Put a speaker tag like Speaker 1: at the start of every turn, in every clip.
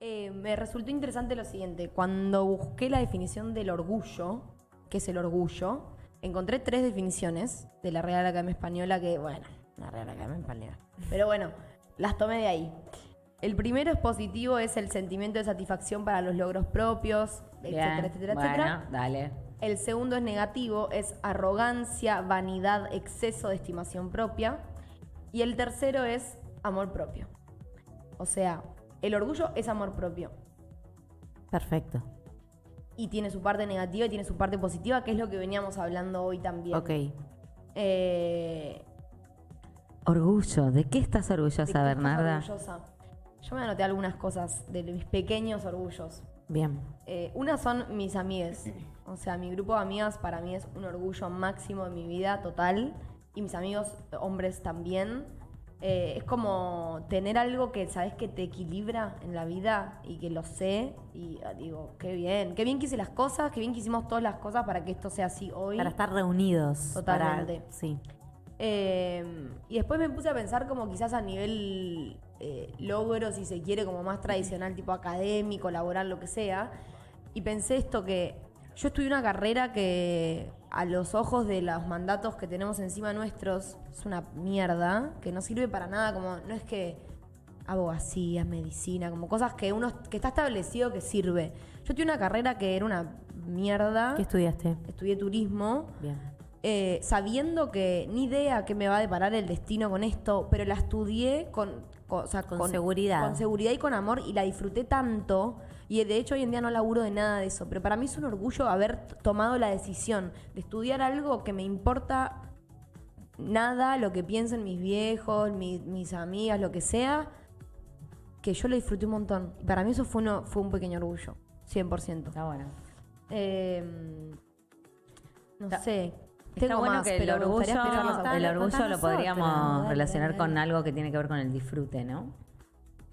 Speaker 1: Eh, me resultó interesante lo siguiente. Cuando busqué la definición del orgullo, que es el orgullo, encontré tres definiciones de la Real Academia Española que, bueno, la Real Academia Española. Pero bueno, las tomé de ahí. El primero es positivo, es el sentimiento de satisfacción para los logros propios, etcétera,
Speaker 2: Bien,
Speaker 1: etcétera,
Speaker 2: bueno,
Speaker 1: etcétera.
Speaker 2: dale.
Speaker 1: El segundo es negativo, es arrogancia, vanidad, exceso de estimación propia. Y el tercero es amor propio. O sea, el orgullo es amor propio.
Speaker 3: Perfecto.
Speaker 1: Y tiene su parte negativa y tiene su parte positiva, que es lo que veníamos hablando hoy también.
Speaker 3: Ok.
Speaker 1: Eh,
Speaker 3: Orgullo. ¿De qué estás orgullosa,
Speaker 1: ¿de qué estás
Speaker 3: Bernarda?
Speaker 1: orgullosa? Yo me anoté algunas cosas de mis pequeños orgullos.
Speaker 3: Bien.
Speaker 1: Eh, una son mis amigas. O sea, mi grupo de amigas para mí es un orgullo máximo de mi vida total. Y mis amigos eh, hombres también. Eh, es como tener algo que sabes que te equilibra en la vida y que lo sé. Y ah, digo, qué bien. Qué bien que hice las cosas, qué bien que hicimos todas las cosas para que esto sea así hoy.
Speaker 3: Para estar reunidos. para-
Speaker 1: Totalmente.
Speaker 3: sí.
Speaker 1: Eh, y después me puse a pensar como quizás a nivel eh, logro, si se quiere, como más tradicional, tipo académico, laboral, lo que sea. Y pensé esto que yo estudié una carrera que a los ojos de los mandatos que tenemos encima nuestros es una mierda, que no sirve para nada, como no es que abogacía, medicina, como cosas que uno que está establecido que sirve. Yo estudié una carrera que era una mierda.
Speaker 3: ¿Qué estudiaste?
Speaker 1: Estudié turismo
Speaker 3: Bien.
Speaker 1: eh, sabiendo que ni idea qué me va a deparar el destino con esto, pero la estudié con, con- o sea,
Speaker 3: Con seguridad.
Speaker 1: Con seguridad y con amor y la disfruté tanto. Y de hecho hoy en día no laburo de nada de eso, pero para mí es un orgullo haber t- tomado la decisión de estudiar algo que me importa nada, lo que piensen mis viejos, mi- mis amigas, lo que sea, que yo lo disfruté un montón. Y para mí eso fue, uno, fue un pequeño orgullo, 100%.
Speaker 2: Está bueno.
Speaker 1: Eh, no
Speaker 2: Está-
Speaker 1: sé.
Speaker 2: Está
Speaker 1: Tengo
Speaker 2: bueno
Speaker 1: más,
Speaker 2: que el
Speaker 1: pero me
Speaker 2: orgullo,
Speaker 1: gustaría escuchar los
Speaker 3: está-
Speaker 1: otros.
Speaker 2: el orgullo lo
Speaker 3: contanos otra.
Speaker 2: podríamos
Speaker 1: Dale,
Speaker 2: relacionar
Speaker 1: dale.
Speaker 2: con algo que tiene que ver con el disfrute, ¿no?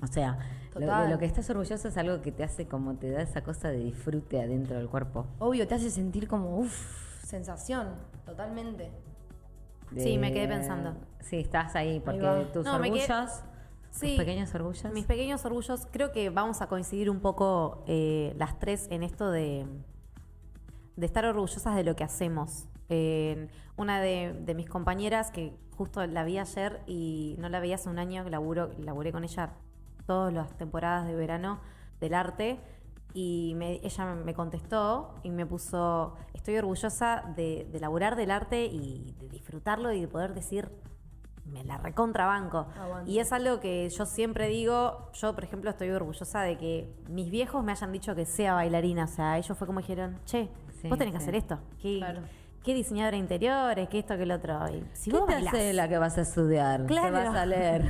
Speaker 2: O sea, lo,
Speaker 1: Total.
Speaker 2: de lo que estás orgulloso es algo que te hace como te da esa cosa de disfrute adentro del cuerpo.
Speaker 1: Obvio, te hace sentir como, uff, sensación, totalmente.
Speaker 2: De-
Speaker 3: Sí, me quedé pensando.
Speaker 2: Sí, estás ahí, porque
Speaker 1: va.
Speaker 2: tus
Speaker 3: No, me
Speaker 2: orgullos,
Speaker 3: quedé-
Speaker 2: tus
Speaker 3: Sí.
Speaker 2: pequeños orgullos.
Speaker 3: Mis pequeños orgullos, creo que vamos a coincidir un poco eh, las tres en esto de, de estar orgullosas de lo que hacemos. Eh, una de, de mis compañeras, que justo la vi ayer y no la veía hace un año, que laburo, laburé con ella todas las temporadas de verano del arte, y me- ella me contestó y me puso, estoy orgullosa de, de laburar del arte y de disfrutarlo y de poder decir, me la recontrabanco.
Speaker 1: Aguante.
Speaker 3: Y es algo que yo siempre digo, yo por ejemplo estoy orgullosa de que mis viejos me hayan dicho que sea bailarina, o sea, ellos fue como dijeron, che,
Speaker 2: Sí,
Speaker 3: vos tenés que
Speaker 2: sí.
Speaker 3: hacer esto, que,
Speaker 1: Claro.
Speaker 3: que diseñadora de interiores, que esto, que el otro. Y si
Speaker 2: ¿Qué
Speaker 3: vos
Speaker 2: te
Speaker 3: bailás,
Speaker 2: hace la que vas a estudiar?
Speaker 3: Claro.
Speaker 2: Te vas a leer.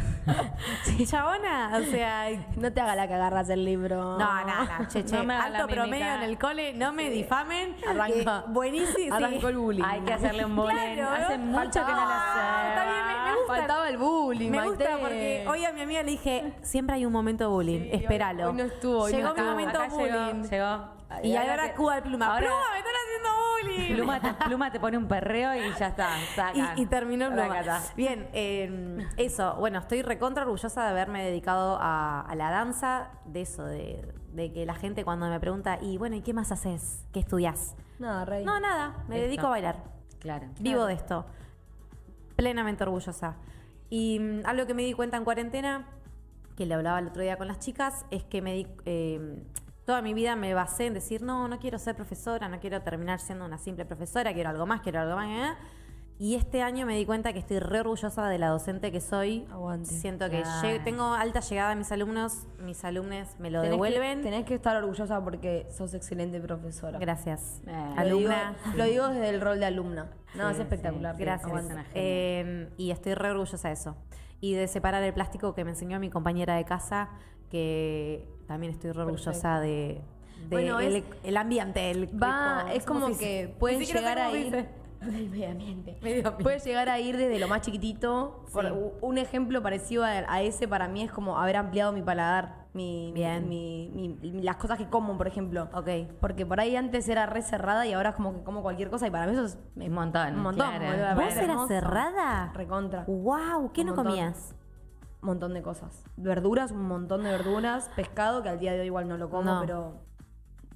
Speaker 3: chabona, o sea... y-
Speaker 1: No te haga la que agarras el libro.
Speaker 3: No, no, no, che, che,
Speaker 2: No me hagas la
Speaker 3: alto promedio
Speaker 2: mímica.
Speaker 3: en el cole, no me difamen.
Speaker 1: Arranca.
Speaker 3: que Buenísimo. sí.
Speaker 1: Arrancó el bullying.
Speaker 2: Hay que hacerle un bullying.
Speaker 3: Claro.
Speaker 2: Hace mucho que no lo
Speaker 3: Ah,
Speaker 2: haces.
Speaker 3: está bien, me- me gusta.
Speaker 1: Faltaba el bullying,
Speaker 3: Me gusta
Speaker 1: Maite.
Speaker 3: porque hoy a mi amiga le dije, siempre hay un momento de bullying, espéralo.
Speaker 1: hoy no estuvo, hoy no
Speaker 3: Llegó mi
Speaker 1: estuvo.
Speaker 3: momento
Speaker 2: Acá llegó,
Speaker 3: bullying.
Speaker 2: llegó.
Speaker 3: Y ahora
Speaker 2: que-
Speaker 3: Cuba de Pluma.
Speaker 2: ahora
Speaker 3: ¡Pluma, me están haciendo bullying!
Speaker 2: pluma, te, Pluma te pone un perreo y ya está. sacan.
Speaker 3: Y, y terminó el programa.
Speaker 2: Racata.
Speaker 3: Bien, eh, eso. Bueno, estoy recontra orgullosa de haberme dedicado a, a la danza, de eso, de, de que la gente cuando me pregunta, y bueno, ¿y qué más haces? ¿Qué estudias?
Speaker 1: No, rey.
Speaker 3: No, nada, me
Speaker 2: Listo.
Speaker 3: dedico a bailar.
Speaker 2: Claro.
Speaker 3: Vivo de esto. Plenamente orgullosa. Y mm, algo que me di cuenta en cuarentena, que le hablaba el otro día con las chicas, es que me di, eh, toda mi vida me basé en decir, no, no quiero ser profesora, no quiero terminar siendo una simple profesora, quiero algo más, quiero algo más. eh". Y este año me di cuenta que estoy re orgullosa de la docente que soy.
Speaker 1: Aguante.
Speaker 3: Siento que
Speaker 2: Claro.
Speaker 3: lle- tengo alta llegada a mis alumnos, mis alumnes me lo
Speaker 1: Tenés que-
Speaker 3: devuelven.
Speaker 1: tenés que estar orgullosa porque sos excelente profesora.
Speaker 3: Gracias.
Speaker 2: Eh.
Speaker 1: Lo digo,
Speaker 3: alumna.
Speaker 1: lo digo desde el rol de alumna. No,
Speaker 2: Sí,
Speaker 1: es espectacular.
Speaker 2: sí.
Speaker 3: Gracias.
Speaker 2: Aguante. Una genia.
Speaker 3: Eh, y estoy re orgullosa de eso. Y de separar el plástico que me enseñó mi compañera de casa, que también estoy re orgullosa de, de
Speaker 1: Bueno,
Speaker 3: el,
Speaker 1: es-
Speaker 3: el ambiente. El,
Speaker 1: Va,
Speaker 3: el-
Speaker 1: es
Speaker 3: ¿cómo
Speaker 1: como
Speaker 3: se dice?
Speaker 1: que puedes
Speaker 3: Ni siquiera
Speaker 1: llegar
Speaker 3: sé
Speaker 1: a
Speaker 3: cómo se
Speaker 1: ir.
Speaker 3: dice.
Speaker 1: Del medio ambiente.
Speaker 3: Medio ambiente.
Speaker 1: Puedes llegar a ir desde lo más chiquitito. Por-
Speaker 3: Sí.
Speaker 1: u- un ejemplo parecido a, a ese para mí es como haber ampliado mi paladar. Mi,
Speaker 3: Bien.
Speaker 1: mi- mi- las cosas que como, por ejemplo.
Speaker 3: Ok.
Speaker 1: Porque por ahí antes era re cerrada y ahora es como que como cualquier cosa y para mí eso es
Speaker 2: Un
Speaker 3: Ah,
Speaker 2: montón,
Speaker 1: Un montón,
Speaker 2: claro.
Speaker 1: boluda,
Speaker 3: ¿Vos
Speaker 1: hermoso.
Speaker 3: eras cerrada? Uh,
Speaker 1: Recontra.
Speaker 3: ¡Wow! ¿Qué
Speaker 1: Un
Speaker 3: no
Speaker 1: montón.
Speaker 3: comías?
Speaker 1: un montón de cosas. Verduras, un montón de verduras, pescado, que al día de hoy igual no lo como,
Speaker 3: No.
Speaker 1: pero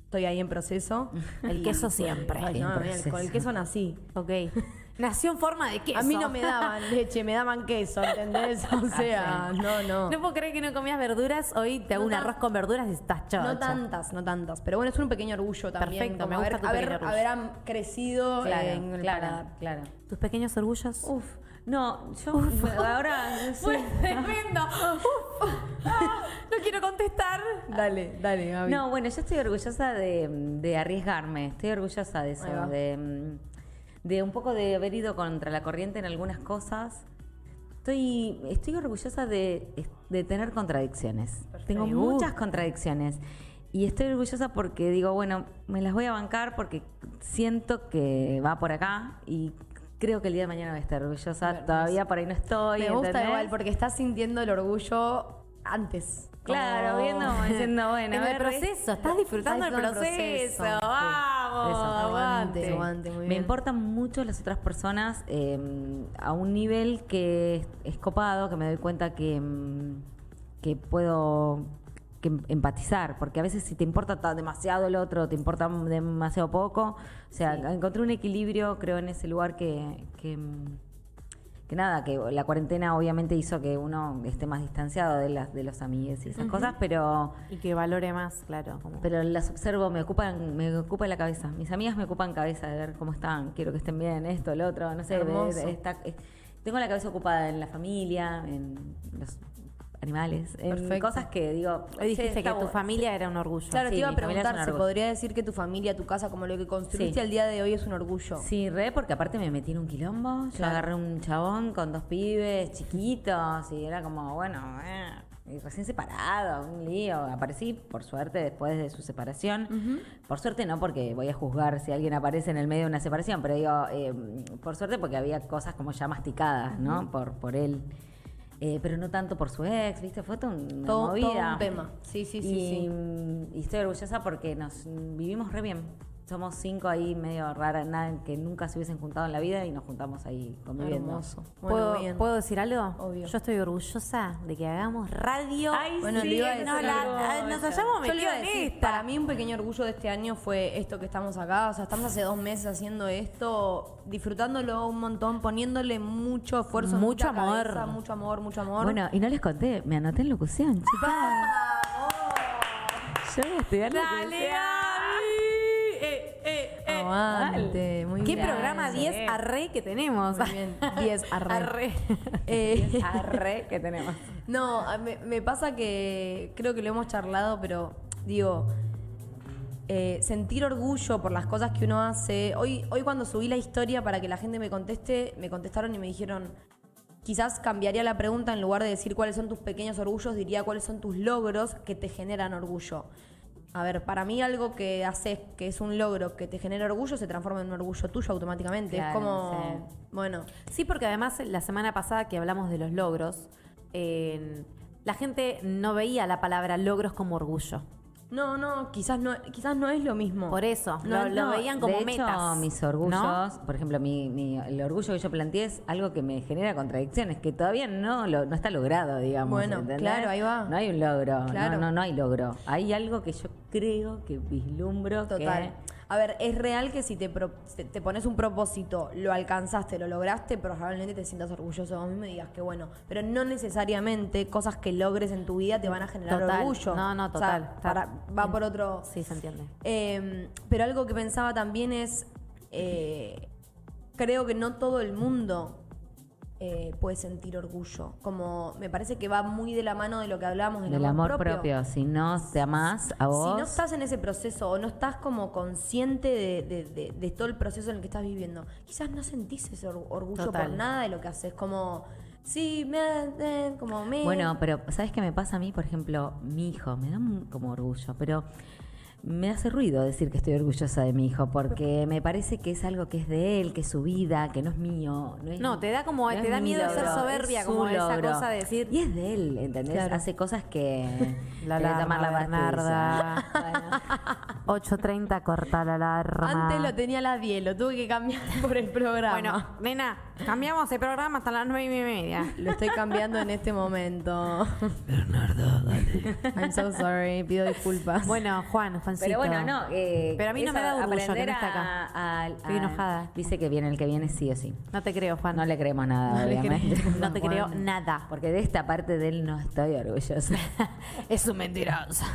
Speaker 1: estoy ahí en proceso.
Speaker 3: El
Speaker 1: Y-
Speaker 3: queso siempre.
Speaker 1: Ay, no,
Speaker 2: En
Speaker 1: mira, el- con el
Speaker 2: proceso.
Speaker 1: queso nací.
Speaker 3: Ok. Nació en forma de queso.
Speaker 1: A mí no me daban leche, me daban queso, ¿entendés? O sea, no, no.
Speaker 3: No puedo creer que no comías verduras. Hoy te hago
Speaker 1: No
Speaker 3: un
Speaker 1: tan-
Speaker 3: arroz con verduras y estás chava.
Speaker 1: No tantas, no tantas. Pero bueno, es un pequeño orgullo también.
Speaker 3: Perfecto, me
Speaker 1: haber,
Speaker 3: gusta tu
Speaker 1: haber,
Speaker 3: pequeño orgullo.
Speaker 1: haber am- crecido
Speaker 2: Claro,
Speaker 1: eh, en el
Speaker 2: claro,
Speaker 1: paladar.
Speaker 2: claro.
Speaker 3: ¿Tus pequeños orgullos?
Speaker 2: Uf, no, yo ahora no sé.
Speaker 3: Fue tremendo. Uf. Ah, no quiero contestar.
Speaker 1: Dale, dale, Gaby.
Speaker 2: No, bueno, yo estoy orgullosa de, de arriesgarme, estoy orgullosa de eso,
Speaker 1: Ahí va.
Speaker 2: de, mm, de un poco de haber ido contra la corriente en algunas cosas. Estoy, estoy orgullosa de, de tener contradicciones. Tengo
Speaker 3: Me
Speaker 2: muchas contradicciones. Y estoy orgullosa porque digo, bueno, me las voy a bancar porque siento que va por acá y creo que el día de mañana voy a estar orgullosa.
Speaker 1: Hermoso.
Speaker 2: Todavía por ahí no estoy.
Speaker 1: me gusta
Speaker 2: ¿entendés?
Speaker 1: igual porque estás sintiendo el orgullo antes.
Speaker 2: Claro,
Speaker 1: Como-
Speaker 2: viendo, como diciendo, bueno, a
Speaker 3: en el
Speaker 2: ver,
Speaker 3: proceso, estás disfrutando el
Speaker 1: Estás
Speaker 3: proceso.
Speaker 1: disfrutando el proceso. Ah, Sí.
Speaker 3: Vamos,
Speaker 2: Eso,
Speaker 1: aguante,
Speaker 3: aguante.
Speaker 1: aguante, muy bien.
Speaker 2: Me importan mucho las otras personas eh, a un nivel que es, es copado, que me doy cuenta que, mm, que puedo que em- empatizar, porque a veces si te importa ta- demasiado el otro, te importa m- demasiado poco, o sea, encontré un equilibrio, creo, en ese lugar que, que, mm, que nada, que la cuarentena obviamente hizo que uno esté más distanciado de, las de los amigues y esas cosas, pero
Speaker 3: Y que valore más, claro. como-
Speaker 2: pero las observo, me ocupan, me ocupa la cabeza. Mis amigas me ocupan cabeza de ver cómo están, quiero que estén bien, esto, lo otro, no sé. de- de-
Speaker 1: Hermoso.
Speaker 2: está- eh, tengo la cabeza ocupada en la familia, en los animales, en
Speaker 1: Perfecto.
Speaker 2: cosas que digo.
Speaker 3: Hoy
Speaker 2: che,
Speaker 3: dijiste
Speaker 2: está
Speaker 3: que tu
Speaker 2: bueno.
Speaker 3: familia era un orgullo.
Speaker 1: Claro,
Speaker 2: Sí,
Speaker 1: te iba a
Speaker 2: mi familia es un
Speaker 1: preguntar, ¿se
Speaker 2: orgullo.
Speaker 1: podría decir que tu familia, tu casa, como lo que construiste
Speaker 2: Sí.
Speaker 1: al día de hoy es un orgullo?
Speaker 2: Sí, re, porque aparte me metí en un quilombo. Yo
Speaker 1: Claro.
Speaker 2: agarré un chabón con dos pibes chiquitos y era como, bueno, eh, y recién separado, un lío. Aparecí, por suerte, después de su separación. Por suerte no, porque voy a juzgar si alguien aparece en el medio de una separación, pero digo, eh, por suerte porque había cosas como ya masticadas, ¿no? Por, por él. Eh, pero no tanto por su ex, ¿viste? Fue toda una
Speaker 1: Todo- todo
Speaker 2: movida.
Speaker 1: un tema. Sí, sí, sí,
Speaker 2: Y, mm,
Speaker 1: sí.
Speaker 2: y estoy orgullosa porque nos vivimos re bien. Somos cinco ahí medio raras, nada, que nunca se hubiesen juntado en la vida y nos juntamos ahí conviviendo.
Speaker 1: Hermoso. Bueno,
Speaker 3: ¿Puedo,
Speaker 1: muy bien.
Speaker 3: ¿Puedo decir algo?
Speaker 1: Obvio.
Speaker 3: Yo estoy orgullosa de que hagamos radio.
Speaker 2: Ay,
Speaker 1: Bueno,
Speaker 2: sí,
Speaker 1: le iba a
Speaker 2: no,
Speaker 1: decir
Speaker 3: no, la-
Speaker 1: algo,
Speaker 3: ah, nos
Speaker 1: ella.
Speaker 3: hayamos
Speaker 1: Yo le
Speaker 3: metido
Speaker 1: iba a
Speaker 3: en
Speaker 1: decir,
Speaker 3: esta.
Speaker 1: Para mí un pequeño orgullo de este año fue esto que estamos acá. O sea, estamos hace dos meses haciendo esto, disfrutándolo un montón, poniéndole mucho esfuerzo,
Speaker 3: Mucho
Speaker 1: mucha
Speaker 3: amor.
Speaker 1: cabeza, mucho amor, mucho amor.
Speaker 2: Bueno, y no les conté, me anoté en locución, chicas. Yo voy a estudiar
Speaker 3: Dale,
Speaker 2: locución.
Speaker 3: Gaby. Eh, eh, eh.
Speaker 1: Aguante, muy
Speaker 3: Qué
Speaker 1: bien.
Speaker 3: programa 10 arre que tenemos.
Speaker 1: Muy bien, 10 arre.
Speaker 3: Arre.
Speaker 1: Eh,
Speaker 2: Arre que tenemos.
Speaker 1: No, a- me, me pasa que creo que lo hemos charlado, pero digo, eh, sentir orgullo por las cosas que uno hace. Hoy, hoy cuando subí la historia para que la gente me conteste, me contestaron y me dijeron, quizás cambiaría la pregunta en lugar de decir cuáles son tus pequeños orgullos, diría cuáles son tus logros que te generan orgullo. A ver, para mí algo que haces que es un logro que te genera orgullo se transforma en un orgullo tuyo automáticamente. es
Speaker 2: Claro,
Speaker 1: como, bueno,
Speaker 3: Sí, porque además la semana pasada que hablamos de los logros, eh, la gente no veía la palabra logros como orgullo.
Speaker 1: no, no, quizás no, quizás no es lo mismo.
Speaker 3: Por eso,
Speaker 1: No,
Speaker 3: lo, lo
Speaker 1: no,
Speaker 3: veían como
Speaker 2: de hecho,
Speaker 3: metas.
Speaker 2: mis
Speaker 3: ¿no?
Speaker 2: orgullos, por ejemplo, mi, mi- el orgullo que yo planteé es algo que me genera contradicciones, que todavía no lo- no está logrado, digamos.
Speaker 1: Bueno, claro, ahí va.
Speaker 2: No hay un logro,
Speaker 1: Claro.
Speaker 2: no, no, no hay logro. Hay algo que yo creo que vislumbro
Speaker 1: Total.
Speaker 2: que...
Speaker 1: A ver, es real que si te, pro- te- te pones un propósito, lo alcanzaste, lo lograste, probablemente te sientas orgulloso. A mí me digas que bueno, pero no necesariamente cosas que logres en tu vida te van a generar
Speaker 3: Total.
Speaker 1: orgullo.
Speaker 3: No, no,
Speaker 1: O sea,
Speaker 3: total. Está-
Speaker 1: para- va por otro.
Speaker 3: Sí, se entiende.
Speaker 1: Eh, pero algo que pensaba también es, eh, creo que no todo el mundo eh, puede sentir orgullo. Como me parece que va muy de la mano de lo que hablábamos del,
Speaker 2: Del amor, propio. si no te amás a vos...
Speaker 1: Si no estás en ese proceso o no estás como consciente de, de- de- de todo el proceso en el que estás viviendo, quizás no sentís ese or- orgullo por
Speaker 3: Total.
Speaker 1: nada de lo que haces. Como, sí, me, eh, como me.
Speaker 2: Bueno, pero ¿sabes qué me pasa a mí? Por ejemplo, mi hijo, me da un- como orgullo, pero me hace ruido decir que estoy orgullosa de mi hijo, porque me parece que es algo que es de él, que es su vida, que no es mío. No, es-
Speaker 3: No, te da como-
Speaker 2: es
Speaker 3: te da
Speaker 2: mi
Speaker 3: miedo ser
Speaker 2: logro,
Speaker 3: soberbia,
Speaker 2: es su
Speaker 3: como esa cosa de decir-
Speaker 2: Y es de él, ¿entendés?
Speaker 1: Claro.
Speaker 2: Hace cosas que...
Speaker 3: La
Speaker 2: que le
Speaker 3: alarma,
Speaker 2: tomar pastilla.
Speaker 3: Bernarda.
Speaker 2: Bueno.
Speaker 3: 8.30 corta la alarma.
Speaker 1: Antes lo tenía a las 10, lo tuve que cambiar por el programa.
Speaker 3: Bueno, nena, cambiamos el programa hasta las 9 y media.
Speaker 1: Lo estoy cambiando en este momento. Bernardo, I'm so sorry, pido disculpas.
Speaker 3: Bueno, Juan, Juancito.
Speaker 2: Pero bueno, no. eh,
Speaker 3: Pero a mí no
Speaker 2: eso,
Speaker 3: me da orgullo que
Speaker 2: aprender
Speaker 3: no está
Speaker 2: a-
Speaker 3: acá.
Speaker 2: a-
Speaker 3: Estoy
Speaker 2: a-
Speaker 3: enojada.
Speaker 2: Dice que viene el que viene sí o sí.
Speaker 3: No te creo, Juan.
Speaker 2: Ah, No le creemos nada,
Speaker 1: No le
Speaker 2: obviamente.
Speaker 1: creemos.
Speaker 3: No te
Speaker 1: Juan.
Speaker 3: creo nada.
Speaker 2: Porque de esta parte de él no estoy orgullosa.
Speaker 3: es un mentiroso.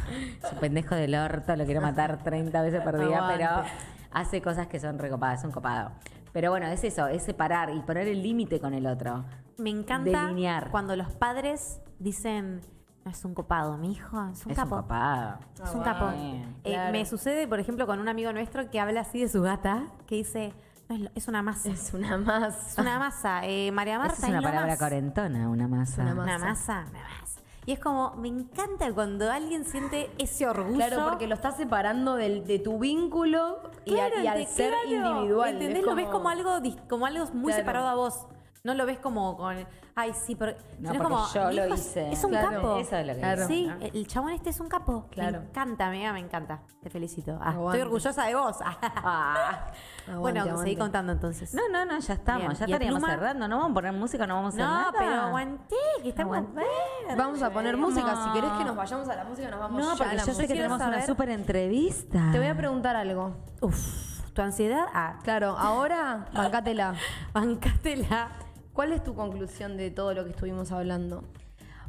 Speaker 2: Su pendejo del orto, lo quiero matar 30 veces por día,
Speaker 3: Aguante.
Speaker 2: pero hace cosas que son recopadas, son copado. Pero bueno, es eso, es separar y poner el límite con el otro.
Speaker 3: Me encanta
Speaker 2: Delinear.
Speaker 3: cuando los padres dicen, no es un copado, mi hijo, es un
Speaker 2: es
Speaker 3: capo.
Speaker 2: un copado. Ah,
Speaker 3: Es un capo.
Speaker 2: Sí.
Speaker 3: Eh,
Speaker 1: Claro.
Speaker 3: Me sucede, por ejemplo, con un amigo nuestro que habla así de su gata, que dice, "No, es, lo- es una masa.
Speaker 1: Es una más.
Speaker 3: Es una masa. Eh, María
Speaker 2: Esa
Speaker 3: Marta
Speaker 2: es una
Speaker 3: lo
Speaker 2: palabra
Speaker 3: más".
Speaker 2: corentona, una masa.
Speaker 1: Una
Speaker 3: Una
Speaker 1: masa.
Speaker 3: masa, una masa. Y es como, me encanta cuando alguien siente ese orgullo.
Speaker 1: Claro, porque lo estás separando del, de tu vínculo y, a-
Speaker 3: Claro,
Speaker 1: y al
Speaker 3: ente-
Speaker 1: ser
Speaker 3: claro.
Speaker 1: individual.
Speaker 3: ¿Entendés?
Speaker 1: Es
Speaker 3: Lo ves como algo, dis- como algo muy
Speaker 1: Claro.
Speaker 3: separado a vos. No lo ves como con. Ay, sí, pero.
Speaker 2: No,
Speaker 3: sino
Speaker 2: porque
Speaker 3: como,
Speaker 2: yo
Speaker 3: mi
Speaker 2: lo
Speaker 3: hijo es-
Speaker 2: hice.
Speaker 3: Es un
Speaker 1: Claro,
Speaker 3: capo.
Speaker 2: eso es lo que
Speaker 1: Claro.
Speaker 2: dice,
Speaker 3: Sí,
Speaker 2: ¿no?
Speaker 3: el chabón este es un capo.
Speaker 1: Claro.
Speaker 3: Me encanta, amiga, me encanta. Te felicito. Ah,
Speaker 1: Aguante.
Speaker 3: estoy orgullosa de vos.
Speaker 2: Ah.
Speaker 1: Aguante,
Speaker 3: bueno, seguí
Speaker 1: aguante.
Speaker 3: contando entonces.
Speaker 2: No, no, no, ya estamos,
Speaker 3: Bien.
Speaker 2: ya
Speaker 3: ¿Y el
Speaker 2: estaríamos
Speaker 3: pluma?
Speaker 2: cerrando. No vamos a poner música, no vamos a hacer
Speaker 3: No,
Speaker 2: nada.
Speaker 3: pero aguanté, que está
Speaker 2: Aguanté.
Speaker 1: Vamos a poner música. Si querés que nos
Speaker 2: vayamos.
Speaker 1: vayamos a la música, nos vamos ya
Speaker 2: No,
Speaker 1: a
Speaker 2: porque
Speaker 1: la
Speaker 2: yo sé que
Speaker 1: música.
Speaker 2: tenemos
Speaker 1: Quiero
Speaker 2: una
Speaker 1: saber-
Speaker 2: súper entrevista.
Speaker 1: Te voy a preguntar algo.
Speaker 3: Uf, tu ansiedad, ah,
Speaker 1: Claro, ahora, bancátela.
Speaker 3: bancátela.
Speaker 1: ¿Cuál es tu conclusión de todo lo que estuvimos hablando?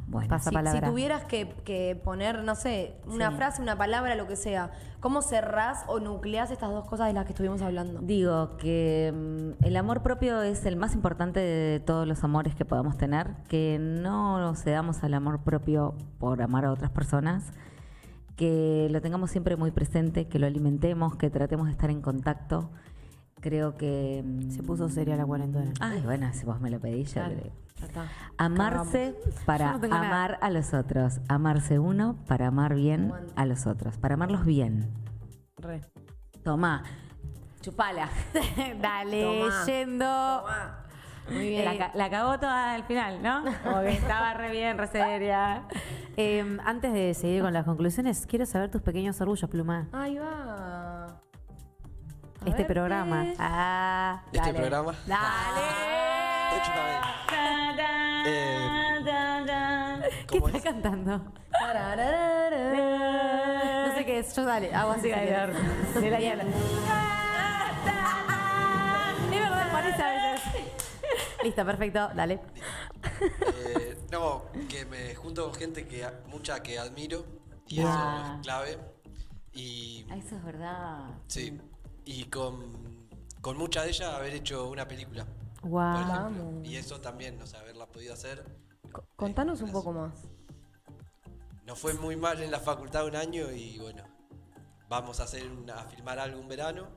Speaker 2: Bueno,
Speaker 3: Pasa
Speaker 1: Si,
Speaker 3: palabra.
Speaker 1: si tuvieras que, que poner, no sé, una
Speaker 2: Sí.
Speaker 1: frase, una palabra, lo que sea, ¿cómo cerrás o nucleás estas dos cosas de las que estuvimos hablando?
Speaker 2: Digo que mm, el amor propio es el más importante de todos los amores que podamos tener, que no cedamos al amor propio por amar a otras personas, que lo tengamos siempre muy presente, que lo alimentemos, que tratemos de estar en contacto. Creo que... mm,
Speaker 3: Se puso seria la cuarentena.
Speaker 2: Ay, bueno, si vos me lo pedís, yo creo.
Speaker 1: Ya está.
Speaker 2: Amarse para
Speaker 3: Yo no tengo nada.
Speaker 2: amar a los otros. Amarse uno para amar bien
Speaker 1: Aguante.
Speaker 2: a los otros. Para amarlos bien. Tomá. Chupala.
Speaker 3: Dale,
Speaker 1: Tomá.
Speaker 3: yendo.
Speaker 1: Muy bien.
Speaker 2: La, ca- la acabó toda al final, ¿no? Porque estaba re bien, re seria.
Speaker 3: Eh, antes de seguir con las conclusiones, quiero saber tus pequeños orgullos, Pluma.
Speaker 1: Ahí va. A
Speaker 3: este
Speaker 1: verte.
Speaker 3: programa. Ah,
Speaker 4: Este
Speaker 3: dale.
Speaker 4: programa.
Speaker 1: Ah.
Speaker 3: Dale.
Speaker 4: Te chupame. Eh,
Speaker 1: Eh.
Speaker 3: ¿Qué
Speaker 4: ¿Cómo
Speaker 3: está
Speaker 4: es?
Speaker 3: cantando?
Speaker 1: Tarararara.
Speaker 3: No sé qué es. Yo dale, hago así. si quieres.
Speaker 2: De la diana.
Speaker 3: Es verdad, parece a veces. Listo, perfecto. Dale.
Speaker 4: Eh, no, que me junto con gente que a- mucha que admiro y
Speaker 2: Ah.
Speaker 4: eso es clave. Y
Speaker 2: Eso es verdad.
Speaker 4: sí, y con, con mucha de ella haber hecho una película.
Speaker 2: Ah,
Speaker 4: por
Speaker 3: Wow.
Speaker 4: ejemplo. Y eso también, o sea, haberla podido hacer.
Speaker 1: Co- Contanos un poco más.
Speaker 4: Nos fue muy mal en la facultad un año y bueno, vamos a hacer una- a filmar algo un verano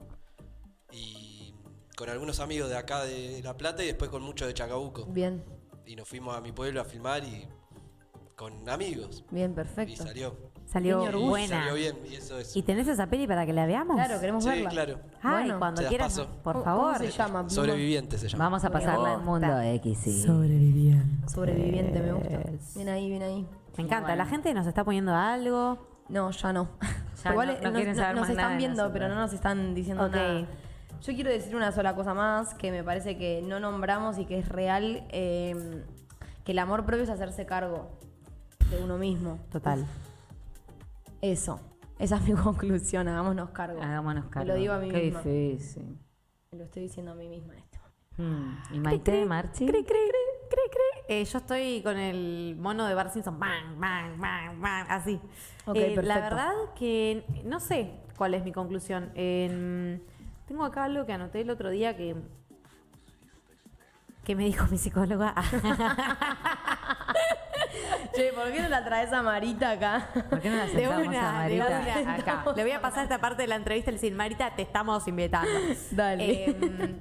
Speaker 4: y con algunos amigos de acá de La Plata y después con muchos de Chacabuco.
Speaker 1: Bien,
Speaker 4: Y nos fuimos a mi pueblo a filmar y con amigos.
Speaker 1: bien,
Speaker 4: Y
Speaker 1: perfecto.
Speaker 4: salió.
Speaker 3: Salió
Speaker 1: Niño
Speaker 4: Y
Speaker 1: orgullo.
Speaker 3: buena.
Speaker 4: Salió bien, y eso es.
Speaker 3: ¿Y tenés esa peli para que la veamos?
Speaker 1: Claro, queremos
Speaker 4: Sí,
Speaker 1: verla.
Speaker 4: claro.
Speaker 3: Ay,
Speaker 1: Bueno.
Speaker 3: cuando
Speaker 4: Se las
Speaker 3: quieras,
Speaker 4: paso.
Speaker 3: por
Speaker 1: ¿Cómo-
Speaker 3: favor.
Speaker 1: ¿Cómo se
Speaker 4: Ah,
Speaker 1: llama?
Speaker 4: Sobreviviente se llama.
Speaker 2: Vamos a pasarla al mundo
Speaker 3: gusta.
Speaker 2: X. sí.
Speaker 3: Sobreviviente.
Speaker 1: Sobreviviente, me gusta.
Speaker 2: Eh,
Speaker 1: Bien ahí, bien ahí.
Speaker 3: Me encanta, la gente nos está poniendo algo.
Speaker 1: No, ya no.
Speaker 2: Ya no-
Speaker 1: eh,
Speaker 2: no
Speaker 1: nos,
Speaker 2: quieren
Speaker 1: no-
Speaker 2: saber
Speaker 1: nos
Speaker 2: más
Speaker 1: están
Speaker 2: nada de
Speaker 1: viendo,
Speaker 2: nosotros.
Speaker 1: pero no nos están diciendo
Speaker 3: Ok.
Speaker 1: nada. Yo quiero decir una sola cosa más que me parece que no nombramos y que es real, eh, que el amor propio es hacerse cargo de uno mismo.
Speaker 3: Total.
Speaker 1: Eso. Esa es mi conclusión, hagámonos cargo.
Speaker 2: Hagámonos cargo.
Speaker 1: Me lo digo a mí
Speaker 2: Qué
Speaker 1: misma.
Speaker 2: difícil.
Speaker 1: Me lo estoy diciendo a mí misma en este momento.
Speaker 2: Hmm. ¿Y Maite, Marchi?
Speaker 3: Cri, cri, cri, cri, cri. Eh, yo estoy con el mono de Bart Simpson. Bang, bang, bang, bang. Así.
Speaker 1: Ok,
Speaker 3: Eh, la
Speaker 1: perfecto.
Speaker 3: verdad que no sé cuál es mi conclusión. En- tengo acá algo que anoté el otro día que, que me dijo mi psicóloga. Ah,
Speaker 1: Che, ¿por qué no la traes a Marita acá?
Speaker 2: ¿Por qué no la sentamos a
Speaker 3: de
Speaker 2: Marita?
Speaker 3: una, acá. Le voy a pasar esta parte de la entrevista al decir, Marita, te estamos invitando.
Speaker 1: Dale.
Speaker 3: Em,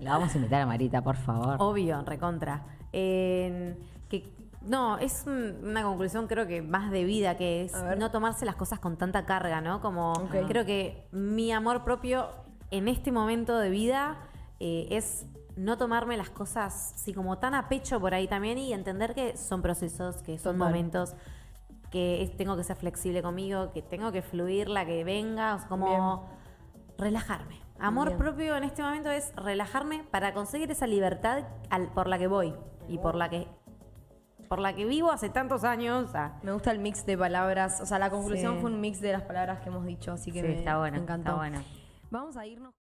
Speaker 2: La vamos a invitar a Marita, por favor.
Speaker 3: Obvio, recontra. En- que, no, es un- una conclusión creo que más de vida, que es
Speaker 1: A ver.
Speaker 3: no tomarse las cosas con tanta carga, ¿no? Como
Speaker 1: Ok.
Speaker 3: creo que mi amor propio en este momento de vida eh, es no tomarme las cosas así como tan a pecho por ahí también y entender que son procesos, que son
Speaker 1: Total.
Speaker 3: momentos que es- tengo que ser flexible conmigo, que tengo que fluir la que venga, o sea, como relajarme. Amor
Speaker 1: Bien.
Speaker 3: propio en este momento es relajarme para conseguir esa libertad al- por la que voy y por la que por la que vivo hace tantos años. o sea,
Speaker 1: Me gusta el mix de palabras. O sea, la conclusión
Speaker 3: Sí.
Speaker 1: fue un mix de las palabras que hemos dicho, así que
Speaker 2: Sí,
Speaker 1: me,
Speaker 2: está bueno,
Speaker 1: me encantó.
Speaker 2: está bueno.
Speaker 1: Vamos a irnos.